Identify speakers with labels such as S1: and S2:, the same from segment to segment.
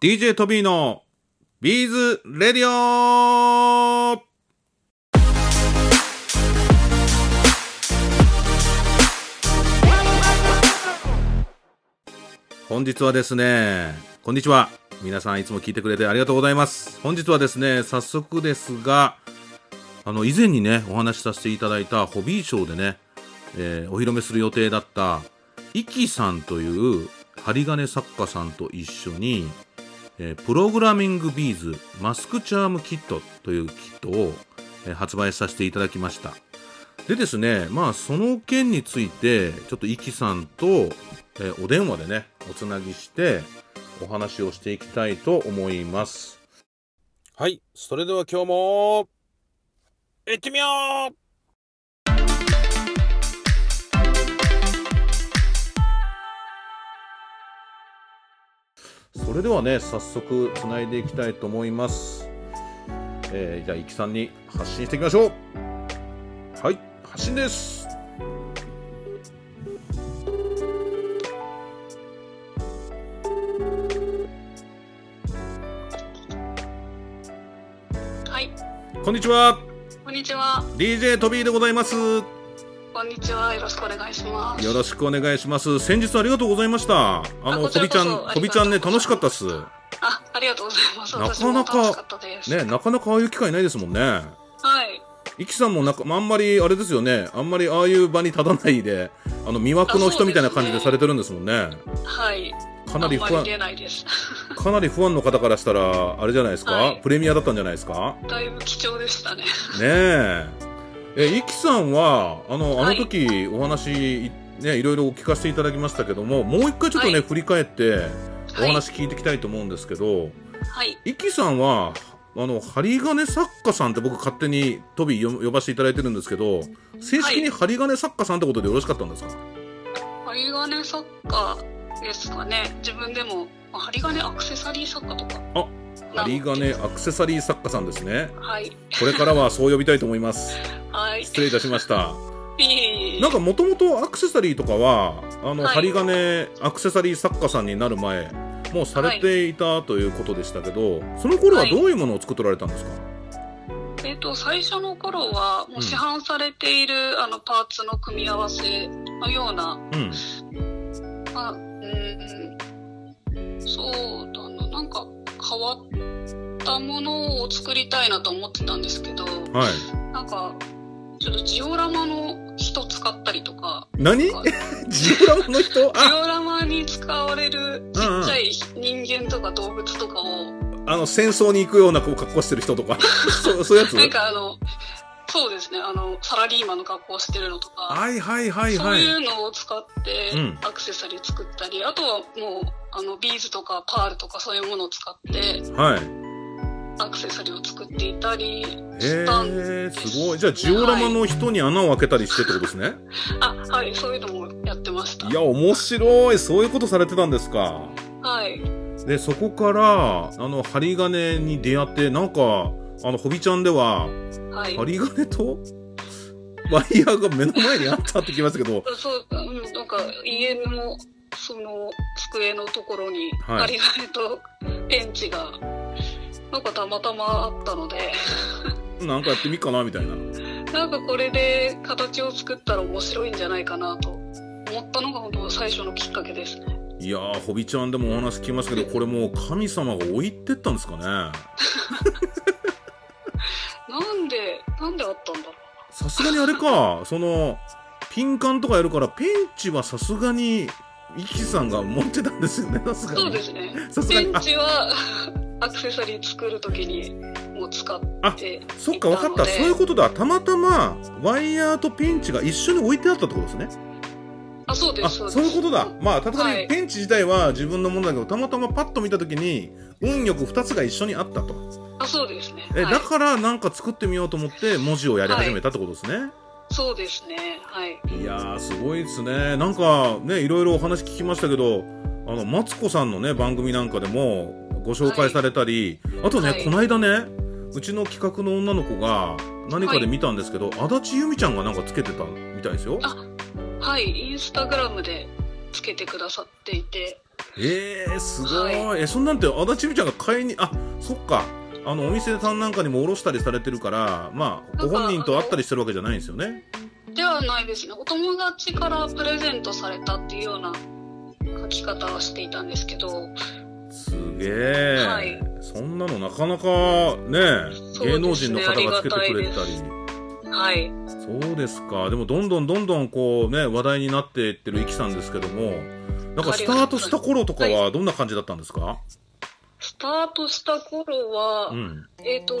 S1: DJ トビーのビーズレディオ本日はですね、こんにちは。皆さんいつも聞いてくれてありがとうございます。本日はですね、早速ですが、あの以前にね、お話しさせていただいたホビーショーでね、えーお披露目する予定だった、イキさんという針金作家さんと一緒に、えープログラミングビーズマスクチャームキットというキットを、えー発売させていただきました。でですね、まあその件について、ちょっとイキさんと、えーお電話でね、おつなぎして、お話をしていきたいと思います。はい、それでは今日も、いってみようそれではね、早速つないでいきたいと思います。えーじゃあ、いきさんに発信していきましょう。はい、発信です。
S2: はい、
S1: こんにちは、
S2: こんにちは。
S1: DJ トビーでございます。よ
S2: こんにちは。よろしくお願いします。
S1: ろしくお願いします。先日はありがとうございました。あの、
S2: こち
S1: と
S2: ら
S1: びち
S2: こそ
S1: ゃん、
S2: ありがとう
S1: とびちゃんね、楽しかったっす。
S2: あ、ありがとうございます。
S1: なかなか
S2: 私も楽しかったです。
S1: ね、なかなかああいう機会ないですもんね。
S2: はい。
S1: イキさんもなんか、まああんまり、あれですよね。あんまりああいう場に立たないで、あの、魅惑の人みたいな感じでされてるんですもんね。
S2: はい。
S1: かなり
S2: あ
S1: 不
S2: んまり
S1: 安
S2: 出、ないです。
S1: かなり不安の方からしたら、あれじゃないですか、
S2: はい
S1: プレミアだったんじゃないですか
S2: だいぶ貴重でした ね。
S1: ねえ。え、イキさんは、あの、あ
S2: は
S1: の
S2: い
S1: 時、お話、いね、いろいろお聞かせていただきましたけども、もう一回ちょっとね、
S2: はい
S1: 振り返って、お
S2: はい。
S1: 話聞いていきたいと思うんですけど、
S2: はい。
S1: イキさんは、あの、針金作家さんって僕勝手にトビー呼呼ばせていただいてるんですけど、正式に針金作家さんってことでよろしかったんですか、
S2: 針金作家ですかね。自分でも、まあ針金アクセサリー作家とか。
S1: あ針金アクセサリー作家さんですね。
S2: はい。
S1: これからはそう呼びたいと思います。
S2: はい。
S1: 失礼いたしました。
S2: いえいえいえ
S1: なんかもともとアクセサリーとかは、あの、
S2: はい
S1: 針金アクセサリー作家さんになる前、もうされていたということでしたけど、その頃は
S2: はい
S1: どういうものを作っておられたんですか、
S2: えっ、と、最初の頃は、もう市販されている、あの、パーツの組み合わせのような
S1: うん。
S2: まあ、うーん、そうだな、なんか変わったものを作りたいなと思ってたんですけど、
S1: はい。
S2: なんか、ちょっとジオラマの人使ったりとか、
S1: 何ジオラマの人
S2: ジ
S1: あ、
S2: オラマに使われるちっちゃい人間とか動物とかを、
S1: あの、戦争に行くようなこう格好してる人とか。 そう、そういうやつ
S2: なんかあの、そうですね、あの、サラリーマンの格好してるのとか、
S1: はいはいはい
S2: そう
S1: はい。
S2: いうのを使って
S1: うん
S2: アクセサリー作ったり、あとはもう、あの、ビーズとかパールとかそういうものを使って、
S1: はい。
S2: アクセサリーを作っていたり
S1: へ
S2: したん
S1: え、すごい。じゃあ、ジオラマの人に穴を開けたりしてってことですね。
S2: あはいそういうのもやってました
S1: いや、面白い。そういうことされてたんですか。
S2: はい
S1: でそこからあの針金に出会ってなんかあのホビちゃんでは
S2: はい
S1: 針金と ワイヤーが目の前にあったって聞きましたけど
S2: そううんなんか家のその机のところに
S1: はい
S2: 針金とペンチがなんかたまたまあったので
S1: なんかやってみっかなみたいな
S2: なんかこれで形を作ったら面白いんじゃないかなと思ったのが本当最初のきっかけですね
S1: いやーホビちゃんでもお話聞きましたけどこれもう神様が置いてったんですかね
S2: なんでなんであったんだろ
S1: さすがにあれかそのピンカンとかやるからペンチはさすがにイキさんが持ってたんですよねさす
S2: う
S1: が
S2: そう
S1: に
S2: ですね
S1: さすが
S2: ペ
S1: に
S2: ン
S1: あ
S2: チは アクセサリー作る時にもう使って
S1: そっか分かったそういうことだたまたまワイヤーとペンチが一緒に置いてあったってことですね
S2: あ、そうで
S1: あ
S2: す。
S1: そう
S2: です
S1: いうことだ。まあ、たと
S2: は
S1: え
S2: い
S1: ばペンチ自体は自分のものだけど、たまたまパッと見たときに、運よく2つが一緒にあったと。
S2: あ、そうですね。
S1: え、
S2: はい
S1: だからなんか作ってみようと思って、文字をやり始めたってことですね。
S2: そうですね。はい。
S1: い、やー、すごいですね。なんか、ね、いろいろお話聞きましたけど、あの、マツコさんのね、番組なんかでもご紹介されたり、あとね、
S2: はい
S1: こないだね、うちの企画の女の子が何かで見たんですけど、足立由美ちゃんがなんかつけてたみたいですよ。
S2: あはい。インスタグラムでつけてくださっていて、
S1: えー、すごい、
S2: は
S1: えそんなんて足立美ちゃんが買いにあそっかあのお店さんなんかにも卸したりされてるからまあご本人と会ったりしてるわけじゃないんですよね
S2: ではないですねお友達からプレゼントされたっていうような書き方はしていたんですけど
S1: すげえ、
S2: はい
S1: そんなのなかなかね
S2: そうですね
S1: 芸能人の方がつけてくれた
S2: あ
S1: り
S2: りはい
S1: そうですかでもどんどんどんどんこうね話題になっていってるイキさんですけどもなんかスタートした頃とかはどんな感じだったんですか、
S2: スタートした頃は、
S1: うん
S2: えっ、と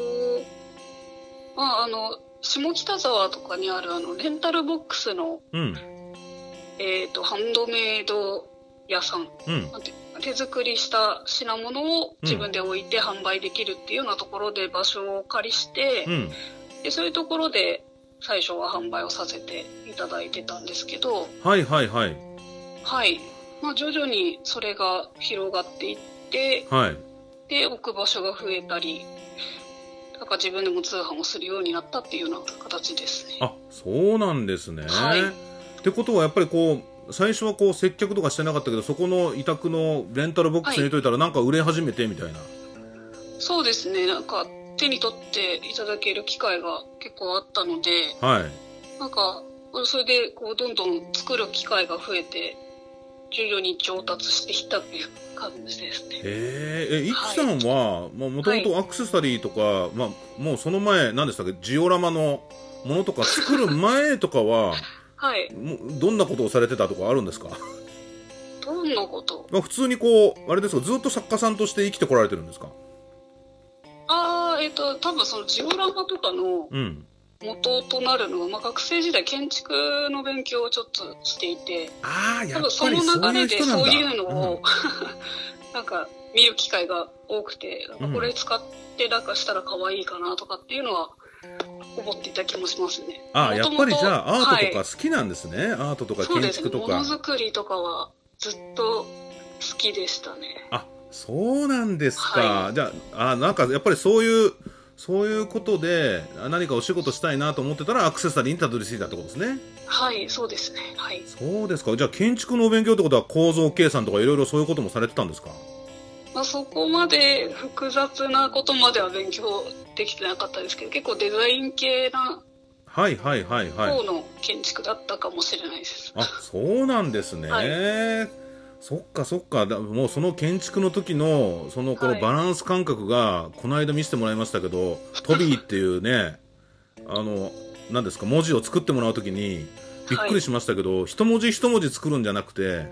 S2: まああの下北沢とかにあるあのレンタルボックスの、
S1: うん
S2: えー、とハンドメイド屋さん
S1: うん
S2: なんて手作りした品物を自分で置いて販売できるっていうようなところで場所を借りして、
S1: うん
S2: でそういうところで最初は販売をさせていただいてたんですけど
S1: はいはいはい
S2: はい、まあ、徐々にそれが広がっていって
S1: はい
S2: で置く場所が増えたりなんか自分でも通販をするようになったっていうような形ですね。
S1: あそうなんですね、
S2: はい
S1: ってことはやっぱりこう最初はこう接客とかしてなかったけどそこの委託のレンタルボックスに入れといたらなんか売れ始めてみたいな、
S2: そうですねなんか手に取っていただける機会が結構あったので
S1: はい、
S2: なんかそれでこうどんどん作る機会が増えて徐々に上達してきたっていう感じですね。
S1: ええ、いきさんはもともとアクセサリーとか、まあ、もうその前、何でしたっけ、ジオラマのものとか作る前とかは、
S2: はい、
S1: もうどんなことをされてたとかあるんですか、
S2: どんなこと
S1: まあ、普通にこう、あれですか、ずっと作家さんとして生きてこられてるんですか、
S2: ああえっ、と多分そのジオラマとかの
S1: うん、
S2: 元となるのは、まあ、学生時代建築の勉強をちょっとしていて
S1: ああ、や
S2: 多
S1: っ
S2: 分
S1: ぱ
S2: そ
S1: りそ
S2: の
S1: うい
S2: 流れ
S1: う
S2: で
S1: 人なん
S2: そ
S1: だ。
S2: ういうの
S1: うん
S2: を なんか見る機会が多くて
S1: うん
S2: これ使ってなんかしたら可愛いかなとかっていうのは思っていた気もしますね。
S1: ああやっぱりじゃあアートと
S2: は
S1: か好きなんですね、アートと
S2: い
S1: か
S2: そう
S1: 建
S2: です
S1: 築
S2: ね
S1: と
S2: も
S1: か
S2: のづくりとかはずっと好きでしたね。
S1: あそうなんですか、
S2: は
S1: じゃああなんかやっぱりそういうそういうことであ何かお仕事したいなと思ってたらアクセサリーにたどり着いたってことですね
S2: はいそうですねはい
S1: そうですかじゃあ建築のお勉強ってことは構造計算とかいろいろそういうこともされてたんですか
S2: まあ、そこまで複雑なことまでは勉強できてなかったですけど結構デザイン系な
S1: はいはいはいはい、
S2: 方の建築だったかもしれないです、
S1: あそうなんですね、
S2: はい
S1: そっかそっかだもうその建築の時のそのこ
S2: は
S1: の
S2: い
S1: バランス感覚がこの間見せてもらいましたけどトビーっていうねあの何ですか文字を作ってもらう時にびっくりしましたけど、一文字一文字作るんじゃなくて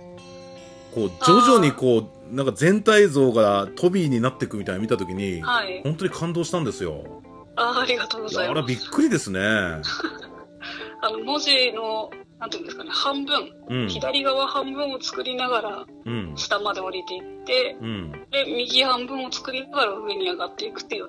S1: こう徐々にこうなんか全体像がトビーになっていくみたいなの見た時に、
S2: はい
S1: 本当に感動したんですよ
S2: あありがとうご
S1: い
S2: ざ
S1: や
S2: い
S1: あれ
S2: ま
S1: びっ
S2: す
S1: くりですね、
S2: あの文字のなんていうんですかね半分、
S1: うん
S2: 左側半分を作りながら
S1: うん
S2: 下まで降りていって
S1: うん、
S2: で右半分を作りながら上に上がっていくっていうよう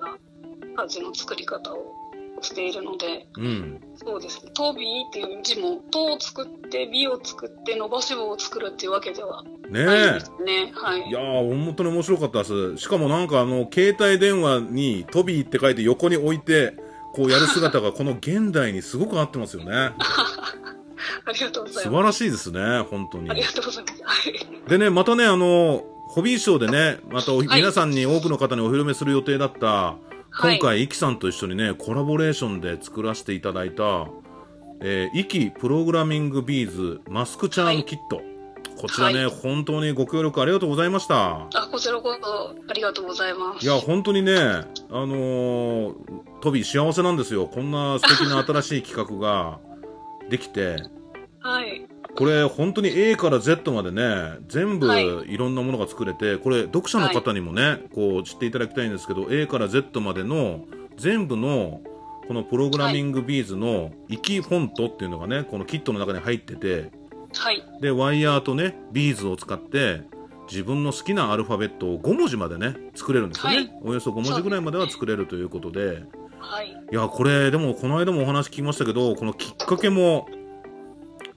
S2: な感じの作り方をしているので
S1: うん
S2: そうですね「トビー」っていう字も「と」を作って「ビ」を作って伸ばし棒を作るっていうわけでは
S1: ねえ、
S2: ないですね。はい
S1: いやー、本当に面白かったです。しかもなんかあの、携帯電話にトビーって書いて横に置いて、こうやる姿がこの現代にすごく合ってますよ ね。
S2: ありがとうござい
S1: 素
S2: ます。
S1: 晴らしいですね、本当に
S2: あ。りがとうございます。はい
S1: でね、またね、あの、ホビーショーでね、またお、
S2: はい
S1: 皆さんに多くの方にお披露目する予定だった、
S2: はい
S1: 今回、イキさんと一緒にね、コラボレーションで作らせていただいた、えー、イキプログラミングビーズマスクチャームキット。こちらね、
S2: は
S1: 本当にご協力ありがとうございました。
S2: あ、こちらこそありがとうございます。
S1: いや本当にね、あのー、トビー幸せなんですよこんな素敵な新しい企画 ができて
S2: はい。
S1: これ本当に A から Z までね全部
S2: はい
S1: いろんなものが作れて、これ読者の方にもね、こう知っていただきたいんですけど A から Z までの全部のこのプログラミングビーズの「イキフォント」っていうのがねこのキットの中に入ってて
S2: はい。
S1: でワイヤーとねビーズを使って自分の好きなアルファベットを5文字までね作れるんですよね、
S2: はい
S1: およそ5文字ぐらいまでは作れるということで
S2: はい。
S1: いやこれでもこの間もお話聞きましたけどこのきっかけも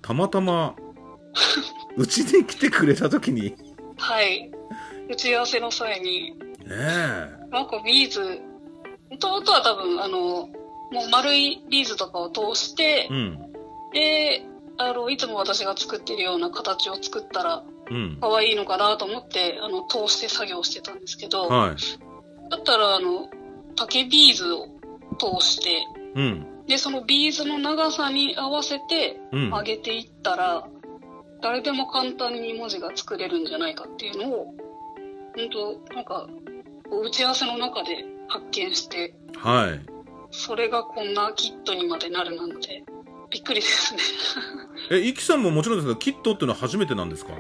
S1: たまた まうちに来てくれた時にね
S2: はい。打ち合わせの際に、
S1: え
S2: なんかビーズ、元々は多分、あの、もう丸いビーズとかを通して
S1: う、ん
S2: で、あの、いつも私が作ってるような形を作ったら、
S1: うん。
S2: 可愛いのかなと思って、あの、通して作業してたんですけど、
S1: はい。
S2: だったら、あの、竹ビーズを通して、
S1: うん。
S2: で、そのビーズの長さに合わせて
S1: うん。
S2: 上げていったら、誰でも簡単に文字が作れるんじゃないかっていうのを、本当なんか、打ち合わせの中で発見して、
S1: はい。
S2: それがこんなキットにまでなるなんて、びっくりですね。
S1: え、イキさんももちろんですが、キットっていうのは初めてなんですか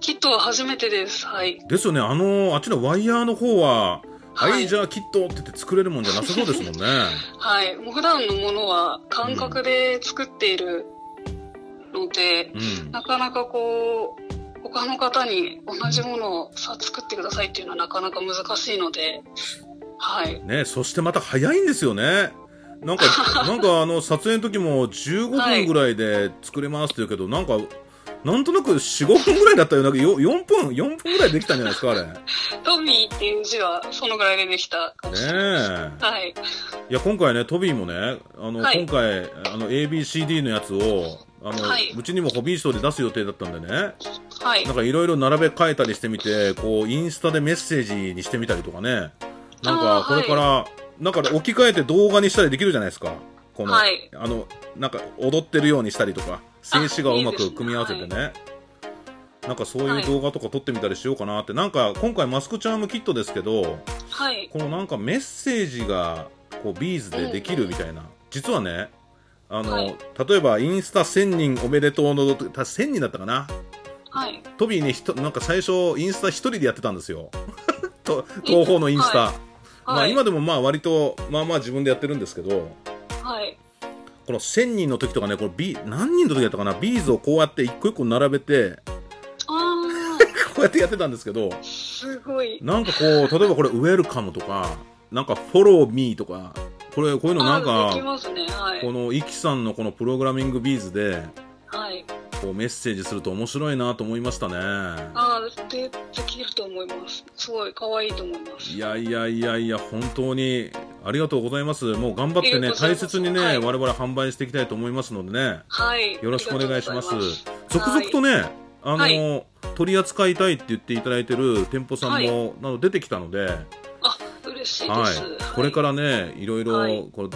S2: キットは初めてです。はい。
S1: ですよね。あのあっちのワイヤーの方は、はい、
S2: はい
S1: じゃあキットって言って作れるもんじゃなさそうですもんね。
S2: はい。もう普段のものは感覚で作っているので、
S1: うん。
S2: なかなかこう、他の方に同じものをさ作ってくださいっていうのはなかなか難しいので、はい。
S1: ね、そしてまた早いんですよね。なんか、 なんかあの、撮影の時も15分ぐらいで作れますって言うけど、なんか、なんとなく4、5分ぐらいだったような、よ4分、4分ぐらいできたんじゃないですか、あれ。ね
S2: トミーっていう字はそのぐらいでできたかもしれない。
S1: え。
S2: はい。
S1: いや、今回ね、トビーもね、あの、
S2: はい
S1: 今回、あの、ABCD のやつを、あの、
S2: はいう
S1: ちにもホビーショーで出す予定だったんでね、
S2: はい
S1: なん。かいろいろ並べ替えたりしてみて、こう、インスタでメッセージにしてみたりとかね、なん
S2: あ
S1: か、こ
S2: ー
S1: れから、なんか置き換えて動画にしたりできるじゃないですか。この、
S2: はい
S1: あの、なんか踊ってるようにしたりとか、静止画をうまく組み合わせて
S2: いい
S1: ね。なんかそういう動画とか撮ってみたりしようかなって、なんか今回マスクチャームキットですけど、
S2: はい。
S1: このなんかメッセージがこうビーズでできるみたいな、実はねあの、
S2: はい
S1: 例えばインスタ1000人おめでとうのた1000人だったかな
S2: はい。
S1: トビーねひとなんか最初インスタ一人でやってたんです よと東方のインスタ、まあ
S2: はい。
S1: 今でもまあ割とまあまあ自分でやってるんですけど
S2: はい。
S1: この1000人の時とかねこのビー何人の時だったかなビーズをこうやって一個一個並べて
S2: あ
S1: こうやってやってたんですけど
S2: ー、すごい。
S1: なんかこう例えばこれ「ウェルカム」とかなんか「フォローミー」とかこれこういうのなん
S2: あー
S1: か
S2: できますね。は
S1: こ
S2: い。
S1: のイキさんのこのプログラミングビーズで
S2: はい。
S1: こうメッセージすると面白いなと思いましたね
S2: ああ、で、できると思います。すごい可愛いと思います。
S1: いやいやいやいや本当にありがとうございますもう頑張って
S2: いえ
S1: ね
S2: こちらこ
S1: 大
S2: そ
S1: 切にね、
S2: はい
S1: 我々販売していきたいと思いますのでね
S2: はい。
S1: よろしくお願いします
S2: ありがとうござい
S1: 続々とね、あの、
S2: は
S1: 取り扱いたいって言っていただいてる店舗さんも、
S2: はい
S1: など出てきたので、
S2: ますあ、嬉しいで
S1: は
S2: す。
S1: い、これからねいろいろ、
S2: はい
S1: この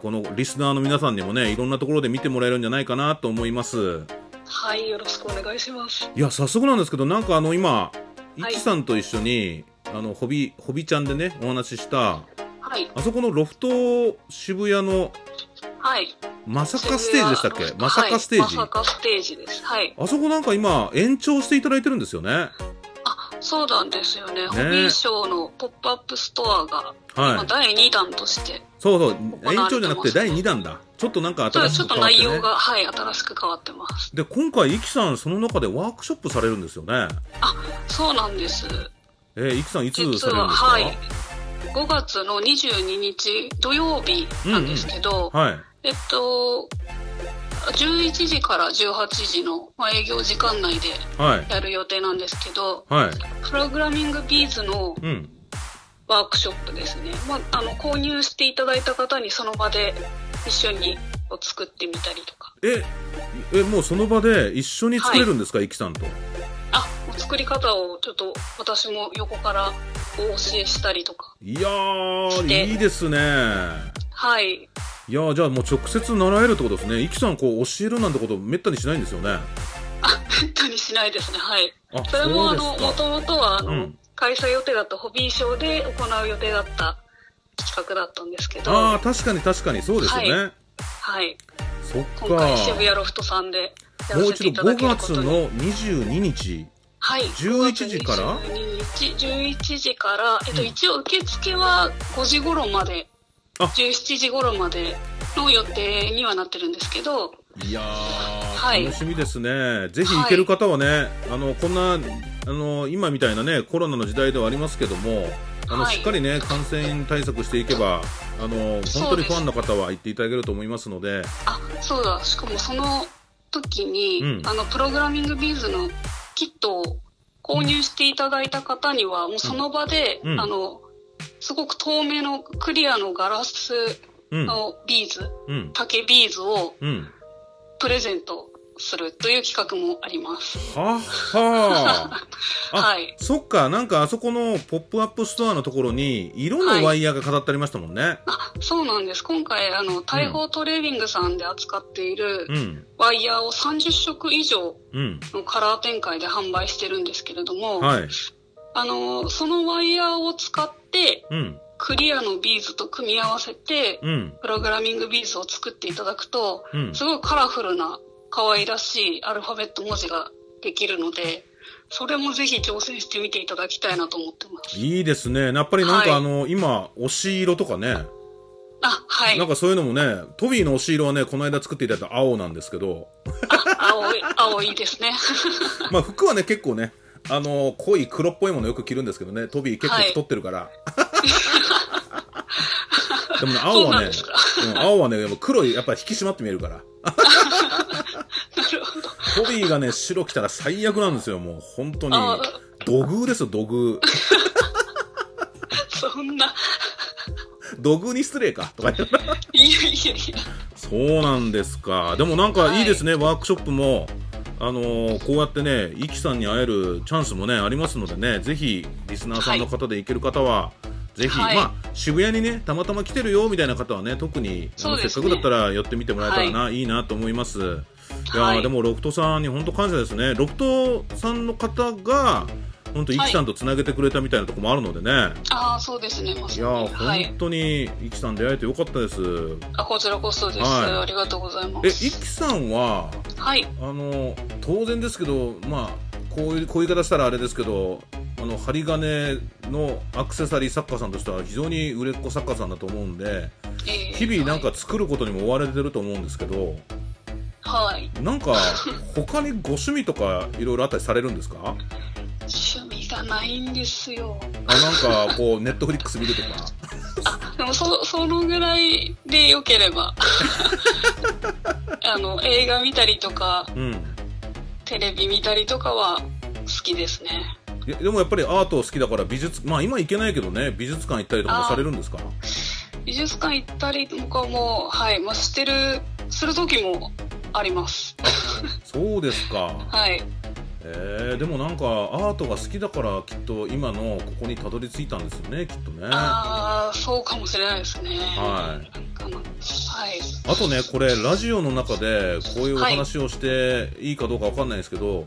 S1: このリスナーの皆さんにもねいろんなところで見てもらえるんじゃないかなと思います。
S2: はい、よろしくお願いします。
S1: いや早速なんですけどなんかあの今い
S2: はい
S1: きさんと一緒に、あのホビホビちゃんでねお話しした
S2: はい、
S1: あそこのロフト渋谷の
S2: はい。
S1: まさかステージでしたっ
S2: 渋
S1: け
S2: 谷
S1: まさかステー
S2: はい
S1: ジ、
S2: まさかステージです。はい。
S1: あそこなんか今延長していただいてるんですよね
S2: あ、そうなんですよね。ホビーショーのポップアップストアが、ま
S1: は
S2: あ
S1: い
S2: 第2弾として、
S1: そうそう
S2: われて
S1: 延
S2: ます
S1: 長じゃなくて第2弾だちょっとなんか
S2: た
S1: 新
S2: だ
S1: し
S2: ちょ
S1: く
S2: っと
S1: 変わって、
S2: 内
S1: ね、
S2: 容が、はい、新しく変わってます。
S1: で今回いきさんその中でワークショップされるんですよね
S2: そうなんです。
S1: えー、いきさんいつ
S2: 実
S1: されるん
S2: は、
S1: ですか
S2: はい。5月の22日土曜日なんですけど、
S1: はい、
S2: えっと、11時から18時の、まあ、営業時間内で
S1: はい
S2: やる予定なんですけど、
S1: はい
S2: プログラミングビーズの
S1: うん
S2: ワークショップですね。まあ、あの、購入していただいた方にその場で一緒にを作ってみたりとか。
S1: ええもうその場で一緒に作れるんですか、い、きさんと
S2: あ、作り方をちょっと私も横からお教えしたりとか。
S1: いや
S2: して
S1: ーいいですね
S2: はい。
S1: いやーじゃあもう直接習えるってことですねいきさんこう教えるなんてことめったにしないんですよねあ
S2: 本当にしないですね。はい。それも
S1: そ
S2: あ
S1: うで
S2: の、
S1: す
S2: も
S1: か
S2: ともとはあの、
S1: うん
S2: 開催予定だったホビーショーで行う予定だった企画だったんですけど、
S1: ああ
S2: は
S1: ー確かに確かにそうですよね、
S2: はいい。
S1: そっか
S2: 今回渋谷ロフトさんでやら
S1: もう
S2: せて
S1: 一
S2: い
S1: 度
S2: ただ
S1: 5
S2: けること
S1: 月
S2: に。
S1: の22日
S2: はい、
S1: 11時から
S2: 5月22日11時から、えっと、
S1: うん
S2: 一応受付は5時頃まで、
S1: あ
S2: 17時頃までの予定にはなってるんですけど、
S1: いやー、
S2: い
S1: 楽しみですねぜひ行ける方はね、あのこんなあの今みたいなねコロナの時代ではありますけどもあの、
S2: はい
S1: しっかりね感染対策していけばあの本当にファンの方は行っていただけると思いますので
S2: あ、そうだ、しかもその時に、
S1: うん
S2: あの、プログラミングビーズのキットを購入していただいた方には、もうその場で、
S1: うん
S2: あの、すごく透明のクリアのガラス
S1: うん
S2: のビーズ、
S1: うん
S2: 竹ビーズを
S1: うん
S2: プレゼントするという企画もあります。
S1: はっはあ
S2: はい。
S1: そっかなんかあそこのポップアップストアのところに色のワイヤーが飾ってありましたもんね、
S2: あ、そうなんです。今回、あの、大砲トレーディングさんで扱っている
S1: うん
S2: ワイヤーを30色以上
S1: うん
S2: のカラー展開で販売してるんですけれども、
S1: はい
S2: あの、そのワイヤーを使って、
S1: うん
S2: クリアのビーズと組み合わせて、
S1: うん
S2: プログラミングビーズを作っていただくと、
S1: うん
S2: すごいカラフルな、可愛らしいアルファベット文字ができるので、それもぜひ挑戦してみていただきたいなと思ってます。
S1: いいですねやっぱりなんか、
S2: はい
S1: あの今押し色とかね、
S2: あ、はい
S1: なん。かそういうのもねトビーの押し色はねこの間作っていただいた青なんですけ ど
S2: 青い、青いですね。
S1: まあ服はね結構ねあの濃い黒っぽいものよく着るんですけどねトビー結構太ってるから、 でもね青
S2: そうな
S1: は
S2: ん
S1: ね
S2: ですか。
S1: うん青はねやっぱ黒いやっぱ引き締まって見えるから
S2: なるほど。
S1: トビーがね白着たら最悪なんですよもう本当に
S2: あ
S1: 土偶ですよ土偶
S2: そんな、
S1: 土偶に失礼かとか言って
S2: いやいやいや。
S1: そうなんですかでもなんかいいですね、ワークショップもあのーこうやってねイキさんに会えるチャンスもねありますのでねぜひリスナーさんの方で行ける方は、ぜひ、
S2: はい
S1: まあ渋谷にねたまたま来てるよみたいな方はね特にあの
S2: そう
S1: せ
S2: で
S1: っ
S2: す
S1: か
S2: ね
S1: くだったら寄ってみてもらえたらな、い、いなと思いますいやー、
S2: はい
S1: でもロフトさんに本当感謝ですねロフトさんの方が本当イキさんとつなげてくれたみたいなところもあるのでね、
S2: ああ、そうですね。ま
S1: い、
S2: さ
S1: や
S2: に。
S1: ー
S2: はい
S1: 本。当にイキさん出会えてよかったです
S2: あ、こちらこそです。
S1: はい
S2: ありがとうございま
S1: えイキ
S2: す。
S1: さんは
S2: はい。
S1: あの当然ですけど、まあ、こういうこういう言い方したらあれですけどあの針金のアクセサリー作家さんとしては非常に売れっ子作家さんだと思うんで
S2: えー
S1: 日々なんか作ることにも追われてると思うんですけど
S2: はい。
S1: なんか他にご趣味とかいろいろあったりされるんですか
S2: 趣味がないんですよ。
S1: あなんかこうネットフリックス見るとか
S2: でもそ、そのぐらいで良け れば。あの、映画見たりとか、
S1: うん
S2: テレビ見たりとかは好きですね。
S1: いやでもやっぱりアート好きだから美術まあ今行けないけどね美術館行ったりとかもされるんですか
S2: 美術館行ったりとかも、はい、まあ、してる、する時もあります。
S1: そうですか
S2: はい。
S1: えー、でもなんかアートが好きだからきっと今のここにたどり着いたんですよねきっとねあ
S2: ああ、そうかもしれないですね。。
S1: はい
S2: なんかなはい。
S1: とねこれラジオの中でこういうお話をしていいかどうかわかんないですけど、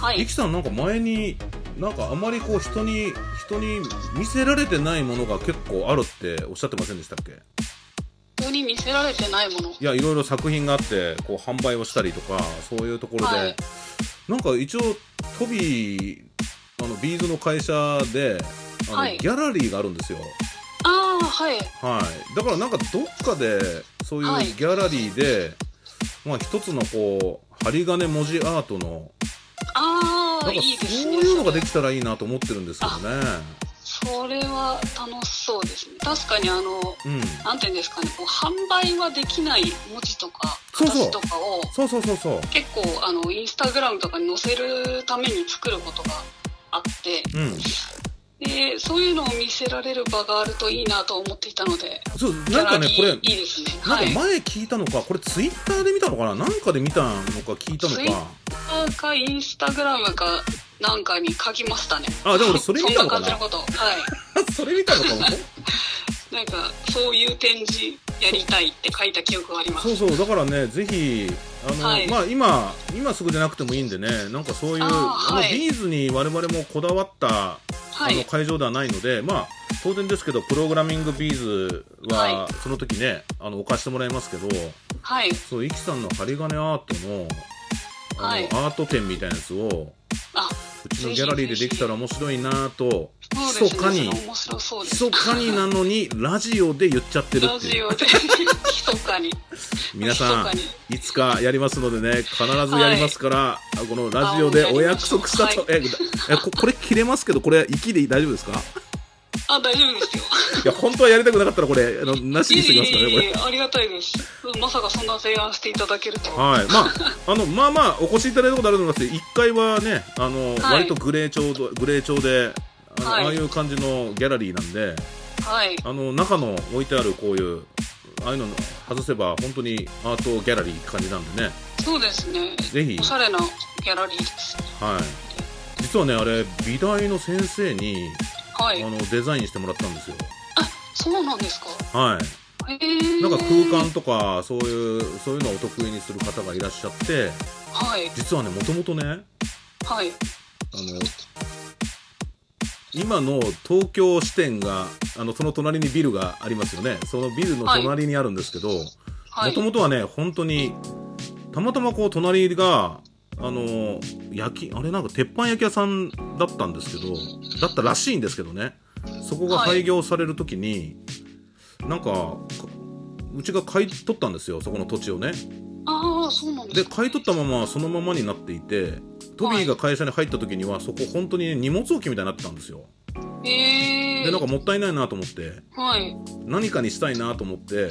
S2: は
S1: ゆ
S2: い
S1: き。さんなんか前になんかあまりこう人に人に見せられてないものが結構あるっておっしゃってませんでしたっけ
S2: 人に見せられてないもの。
S1: いやいろいろ作品があってこう販売をしたりとかそういうところで、
S2: はい
S1: なんか一応トビーあのビーズの会社であの、
S2: はい
S1: ギャラリーがあるんですよ
S2: ああ、はい。
S1: はい、だからなんかどっかでそういう
S2: はい
S1: ギャラリーで、まあ一つのこう針金文字アートの
S2: あ
S1: な
S2: あ、
S1: んか
S2: いいですね。
S1: そういうのができたらいいなと思ってるんですけどね
S2: それは楽しそうですね。確かにあの、
S1: うん
S2: なんていうんですかね、こう販売はできない文字とか、
S1: そうそう
S2: 形とかを、
S1: そうそうそうそう
S2: 結構あの、インスタグラムとかに載せるために作ることがあって、
S1: うん
S2: で、そういうのを見せられる場があるといいなと思っていたので、
S1: そうなんかねこ
S2: ギャラ
S1: れ
S2: リーいいですね。
S1: な
S2: は
S1: ん
S2: い
S1: か。前聞いたのかこれツイッターで見たのかななんかで見たのか聞いたの
S2: ツイッ
S1: か
S2: なんかインスタグラムかなんかに書きましたね。
S1: あでも俺それ見たのか
S2: そん
S1: な
S2: な感じのこと。は い。
S1: それ見たのかも
S2: なんか、そういう展示やりたいって書いた記憶があります。
S1: そうそうだからねぜひあの、
S2: はい
S1: まあ今今すぐじゃなくてもいいんでねなんかそういう
S2: あー
S1: あの
S2: はい
S1: ビーズに我々もこだわった
S2: は
S1: あの
S2: い。
S1: 会場ではないので、まあ、当然ですけどプログラミングビーズは
S2: は
S1: その時ね、あのお貸してもらいますけど
S2: はい。
S1: そうイキさんの針金アートのあの、
S2: はい
S1: アート展みたいなやつを
S2: あ、
S1: うちのギャラリーでできたら面白いなぁと
S2: そうで
S1: 密
S2: す
S1: か
S2: ね。
S1: に
S2: それ面白そうです。
S1: 密かになのにラジオで言っちゃってる
S2: ラ
S1: ってい
S2: ジ
S1: う
S2: オで、 密かに。
S1: 皆さ
S2: 密か
S1: んいつかやりますのでね必ずやりますから、あこのラジオで
S2: あ
S1: お約束したと、ええここれ切れますけどこれ息で大丈夫ですか
S2: あ、大丈夫ですよ。
S1: いや本当はやりたくなかったらこれあのなしにしてきますからねこれ
S2: えいえいえありがたいです。まさかそんな提案していただけるとは。
S1: はい、まあ、あの、まあまあ、お越しいただいたことあると思いますけど、一回はね、あの、
S2: はい
S1: 割とグレー調ど、グレー調で。あの、
S2: はい
S1: ああいう感じのギャラリーなんで、
S2: はい。
S1: あの、中の置いてあるこういう。ああいうの外せば、本当にアートギャラリーって感じなんでね。
S2: そうですね。
S1: ぜひ
S2: おしゃれなギャラリーです。
S1: はい実はねあれ美大の先生に
S2: は
S1: あ
S2: い。
S1: のデザインしてもらったんですよ
S2: そうなんですか。
S1: はい
S2: へえ。
S1: なんか空間とかそういうそういうのをお得意にする方がいらっしゃって
S2: はい
S1: 実はねもともとねあの
S2: はい
S1: 今の東京支店があのその隣にビルがありますよねそのビルの隣にあるんですけど、
S2: は
S1: もと
S2: い。
S1: もとはね、本当に、たまたまこう、隣が、あの、焼き、あれなんか鉄板焼き屋さんだったんですけど、だったらしいんですけどね、そこが
S2: はい
S1: 廃業されるときに、なんか、かうちが買い取ったんですよ、そこの土地をね。
S2: ああそうなんです
S1: で、
S2: か。
S1: 買い取ったままそのままになっていて、トビーが会社に入ったときには、そこ本当に荷物置きみたいになってたんですよ。
S2: へえ。
S1: で、なんかもったいないなと思って、
S2: はい
S1: 何かにしたいなと思って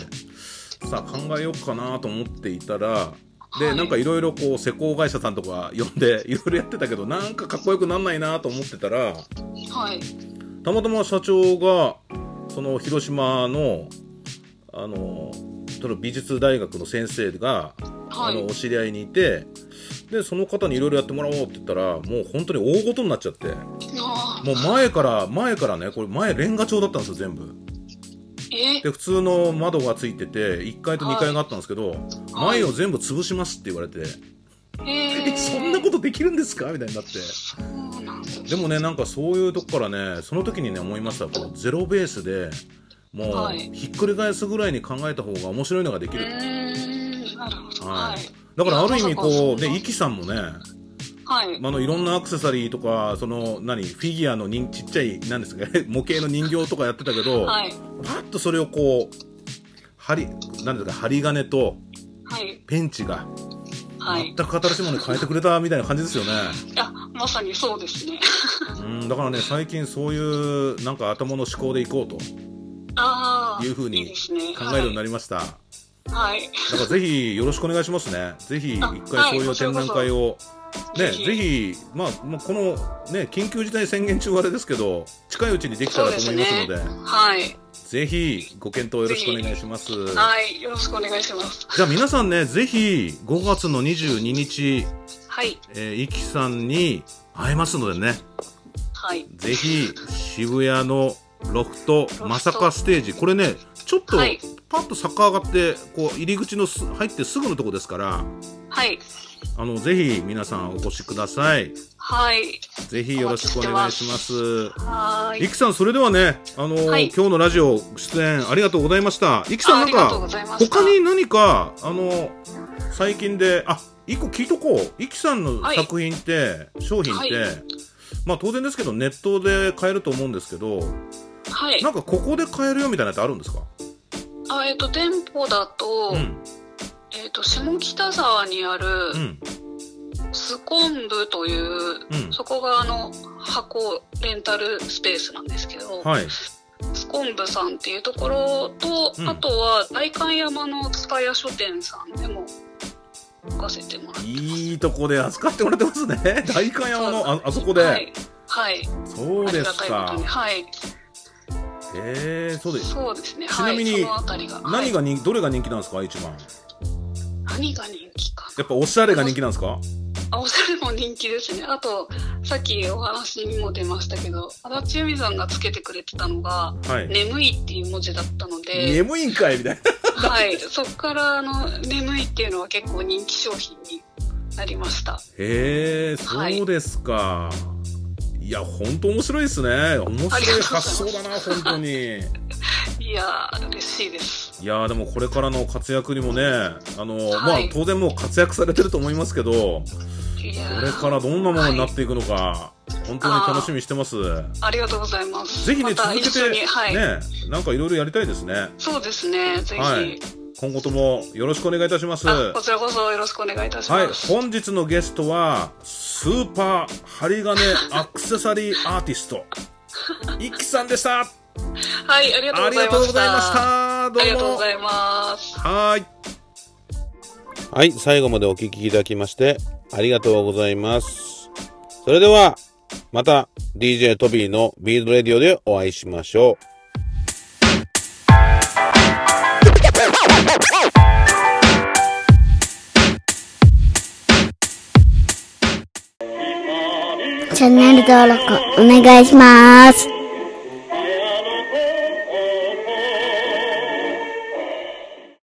S1: さあ考えようかなと思っていたらで、
S2: はい
S1: なんかいろいろこう施工会社さんとか呼んで いろいろやってたけどなんかかっこよくなんないなと思ってたら
S2: はい
S1: たまたま社長がその広島のあのその美術大学の先生が、
S2: は
S1: あの
S2: い
S1: お。知り合いにいてでその方にいろいろやってもらおうって言ったらもう本当に大ごとになっちゃって
S2: ああ
S1: もう前から前からねこれ前レンガ調だったんですよ全部。
S2: え
S1: で普通の窓がついてて1階と2階があったんですけど、
S2: はい
S1: 前を全部潰しますって言われて、
S2: へえ。
S1: えそんなことできるんですかみたいになって
S2: そうなんですね
S1: でもねなんかそういうとこからねその時にね思いましたこうゼロベースでもう、
S2: はい
S1: ひっくり返すぐらいに考えた方が面白いのができ
S2: う
S1: る、
S2: ーんなるほど
S1: は
S2: はいい
S1: だからある意
S2: い
S1: 味
S2: や
S1: こう
S2: まさかそん
S1: ね
S2: な
S1: イキさんもね
S2: はい
S1: あのいろんなアクセサリーとかその何フィギュアの人ちっちゃいなんですか 模型の人形とかやってたけど、
S2: はい
S1: パッとそれをこう針なんですか針金と
S2: はい
S1: ペンチが
S2: はい
S1: 全く新しいものに変えてくれたみたいな感じですよね。
S2: いやまさにそうですね
S1: うん、だからね、最近そういう、なんか頭の思考でいこうと考
S2: ああ
S1: いう風に
S2: ですね
S1: えるようになりました。だ
S2: はいはい
S1: からぜひよろしくお願いしますね。ぜひ一
S2: あ
S1: 回そういう展覧会を。ね、
S2: こそ
S1: ぜひ、まあ、もうこの、ね、緊急事態宣言中はあれですけど、近いうちにできたらと思いますので、
S2: はい
S1: ぜひご検討よろしくお願いします。
S2: はいよろしくお願いします
S1: じゃあ皆さんね、ぜひ5月の22日、
S2: はい
S1: えー、イキさんに会えますのでね、
S2: はい
S1: ぜひ渋谷のロフトまさかステージこれねちょっと
S2: はい
S1: パッと坂上がってこう入り口のす入ってすぐのとこですから
S2: はい
S1: あのぜひ皆さんお越しください
S2: はい
S1: ぜひよろしくお願いします
S2: はい
S1: いきさんそれではねあのー、
S2: はい
S1: 今日のラジオ出演ありがとうございましたいきさ
S2: あ
S1: んな
S2: あ
S1: ん
S2: りがとうご
S1: か
S2: ざいました
S1: 他に何かあのー最近であ一個聞いとこういきさんの
S2: はい
S1: 作品って、商品って、
S2: は
S1: まあ当然ですけどネットで買えると思うんですけど
S2: はい
S1: なんかここで買えるよみたいなのってあるんですか？
S2: あえっと店舗だと、
S1: うん
S2: えっと下北沢にある
S1: うん
S2: スコンブという
S1: うん
S2: そこがあの箱レンタルスペースなんですけど、
S1: はい
S2: スコンブさんっていうところと、
S1: うん
S2: あとは代官山の塚屋書店さんでも置かせてもらって
S1: いいとこで扱ってもらってますね代官山のああそこで、
S2: はい、はい、
S1: そう
S2: あ
S1: で
S2: り
S1: す
S2: がたいこ
S1: か
S2: とにはい
S1: へえそうです
S2: そうですね
S1: ちなみに
S2: はい、そのあたりが
S1: 何
S2: はい
S1: が人どれが人気なんですか一番
S2: 何が人気か
S1: やっぱおしゃれが人気なんですか
S2: なあおしゃれも人気ですねあとさっきお話にも出ましたけど足立由美さんがつけてくれてたのが
S1: は
S2: 「
S1: い、
S2: 眠い」っていう文字だったので
S1: 眠いんかいみたいな
S2: はい、そこからあの眠いっていうのは結構人気商品になりました。
S1: へえそうですか、い、や本当面白いですね面
S2: ありがと
S1: 白
S2: う
S1: い
S2: ございま
S1: 発想だ
S2: す
S1: な本当に
S2: いやー嬉しいです。
S1: いやーでもこれからの活躍にもねあの、
S2: はい
S1: まあ当然もう活躍されてると思いますけど
S2: いやー
S1: これからどんなものになっていくのか、本当に楽しみにしてます。
S2: ありがとうございます。
S1: ぜひね、
S2: また
S1: 続け
S2: 一
S1: て、
S2: 緒にはい、
S1: ね、なんかいろいろやりたいですね。
S2: そうですね。ぜひ、
S1: はい今後ともよろしくお願いいたします。
S2: あ
S1: は
S2: こちらこそよろしくお願いいたし
S1: い、
S2: ます。
S1: 本日のゲストは、スーパー針金 アクセサリーアーティスト、いきさんでした。
S2: はい、あり
S1: あ
S2: が
S1: り
S2: とう
S1: がとうご
S2: ござ
S1: ざい
S2: いま
S1: ま
S2: し。
S1: したた。ど
S2: ありがとう
S1: う
S2: ご
S1: も。
S2: ざいます。
S1: はい。はい、最後までお聞きいただきましてありがとうございます。それではまた DJ トビーのビードレディオでお会いしましょう。
S3: チャンネル登録お願いします。